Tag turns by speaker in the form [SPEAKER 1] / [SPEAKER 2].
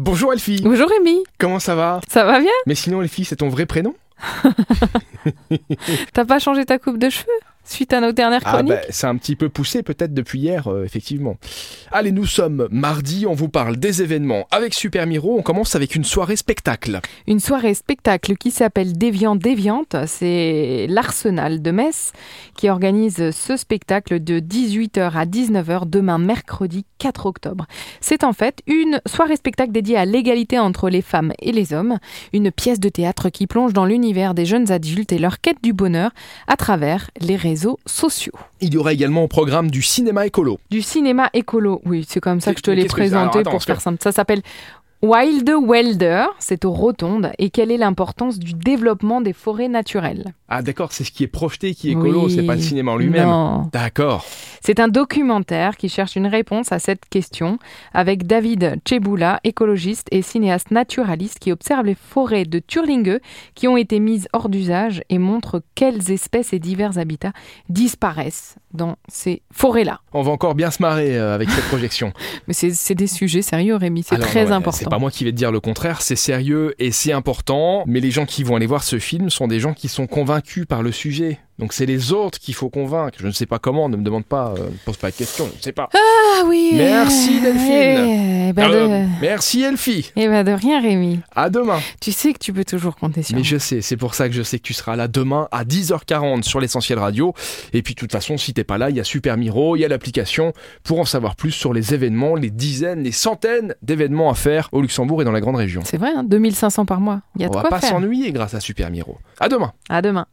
[SPEAKER 1] Bonjour Elfie,
[SPEAKER 2] Bonjour Rémi,
[SPEAKER 1] comment ça va
[SPEAKER 2] ça va bien
[SPEAKER 1] Mais sinon Elfie, c'est ton vrai prénom
[SPEAKER 2] T'as pas changé ta coupe de cheveux suite à nos dernières
[SPEAKER 1] Ah
[SPEAKER 2] chroniques
[SPEAKER 1] bah c'est un petit peu poussé peut-être depuis hier, euh, effectivement. Allez, nous sommes mardi, on vous parle des événements. Avec Super Miro, on commence avec une soirée spectacle.
[SPEAKER 2] Une soirée spectacle qui s'appelle Déviant Déviante, c'est l'Arsenal de Metz qui organise ce spectacle de 18h à 19h demain mercredi 4 octobre. C'est en fait une soirée spectacle dédiée à l'égalité entre les femmes et les hommes, une pièce de théâtre qui plonge dans l'univers des jeunes adultes et leur quête du bonheur à travers les réseaux sociaux.
[SPEAKER 1] Il y aura également au programme du cinéma écolo.
[SPEAKER 2] Du cinéma écolo, oui, c'est comme ça que je te
[SPEAKER 1] Qu'est-ce
[SPEAKER 2] l'ai
[SPEAKER 1] que c'est Alors,
[SPEAKER 2] présenté
[SPEAKER 1] attends,
[SPEAKER 2] pour
[SPEAKER 1] parce que-
[SPEAKER 2] faire simple. Ça s'appelle Wild Welder, c'est aux Rotondes. Et quelle est l'importance du développement des forêts naturelles
[SPEAKER 1] Ah d'accord, c'est ce qui est projeté qui est écolo,
[SPEAKER 2] Oui.
[SPEAKER 1] c'est pas le cinéma en lui-même.
[SPEAKER 2] Non.
[SPEAKER 1] D'accord.
[SPEAKER 2] C'est un documentaire qui cherche une réponse à cette question avec David Cheboula, écologiste et cinéaste naturaliste qui observe les forêts de Turlingue qui ont été mises hors d'usage et montre quelles espèces et divers habitats disparaissent dans ces forêts-là.
[SPEAKER 1] On va encore bien se marrer euh, avec cette projection.
[SPEAKER 2] Mais c'est c'est des sujets sérieux, Rémi, c'est
[SPEAKER 1] Alors,
[SPEAKER 2] très
[SPEAKER 1] non, ouais,
[SPEAKER 2] important.
[SPEAKER 1] C'est pas moi qui vais te dire le contraire, c'est sérieux et c'est important, mais les gens qui vont aller voir ce film sont des gens qui sont convaincus par le sujet. Donc c'est les autres qu'il faut convaincre. Je ne sais pas comment, ne me demande pas, euh, ne pose pas de questions, je ne sais pas.
[SPEAKER 2] Ah oui.
[SPEAKER 1] Merci,
[SPEAKER 2] euh,
[SPEAKER 1] Delphine.
[SPEAKER 2] Eh, eh ben
[SPEAKER 1] Euh,
[SPEAKER 2] de...
[SPEAKER 1] Merci Elfie,
[SPEAKER 2] eh ben de rien Rémi.
[SPEAKER 1] à demain.
[SPEAKER 2] Tu sais que tu peux toujours compter sur
[SPEAKER 1] Mais
[SPEAKER 2] moi.
[SPEAKER 1] je sais, c'est pour ça que je sais que tu seras là demain à 10h40 sur l'essentiel radio. Et puis de toute façon, si t'es pas là, il y a Super Miro, il y a l'application pour en savoir plus sur les événements, les dizaines, les centaines d'événements à faire au Luxembourg et dans la grande région.
[SPEAKER 2] C'est vrai, hein, 2500 par mois. Il y a
[SPEAKER 1] On
[SPEAKER 2] de
[SPEAKER 1] va
[SPEAKER 2] quoi
[SPEAKER 1] pas
[SPEAKER 2] faire.
[SPEAKER 1] s'ennuyer grâce à Super Miro. À demain.
[SPEAKER 2] À demain.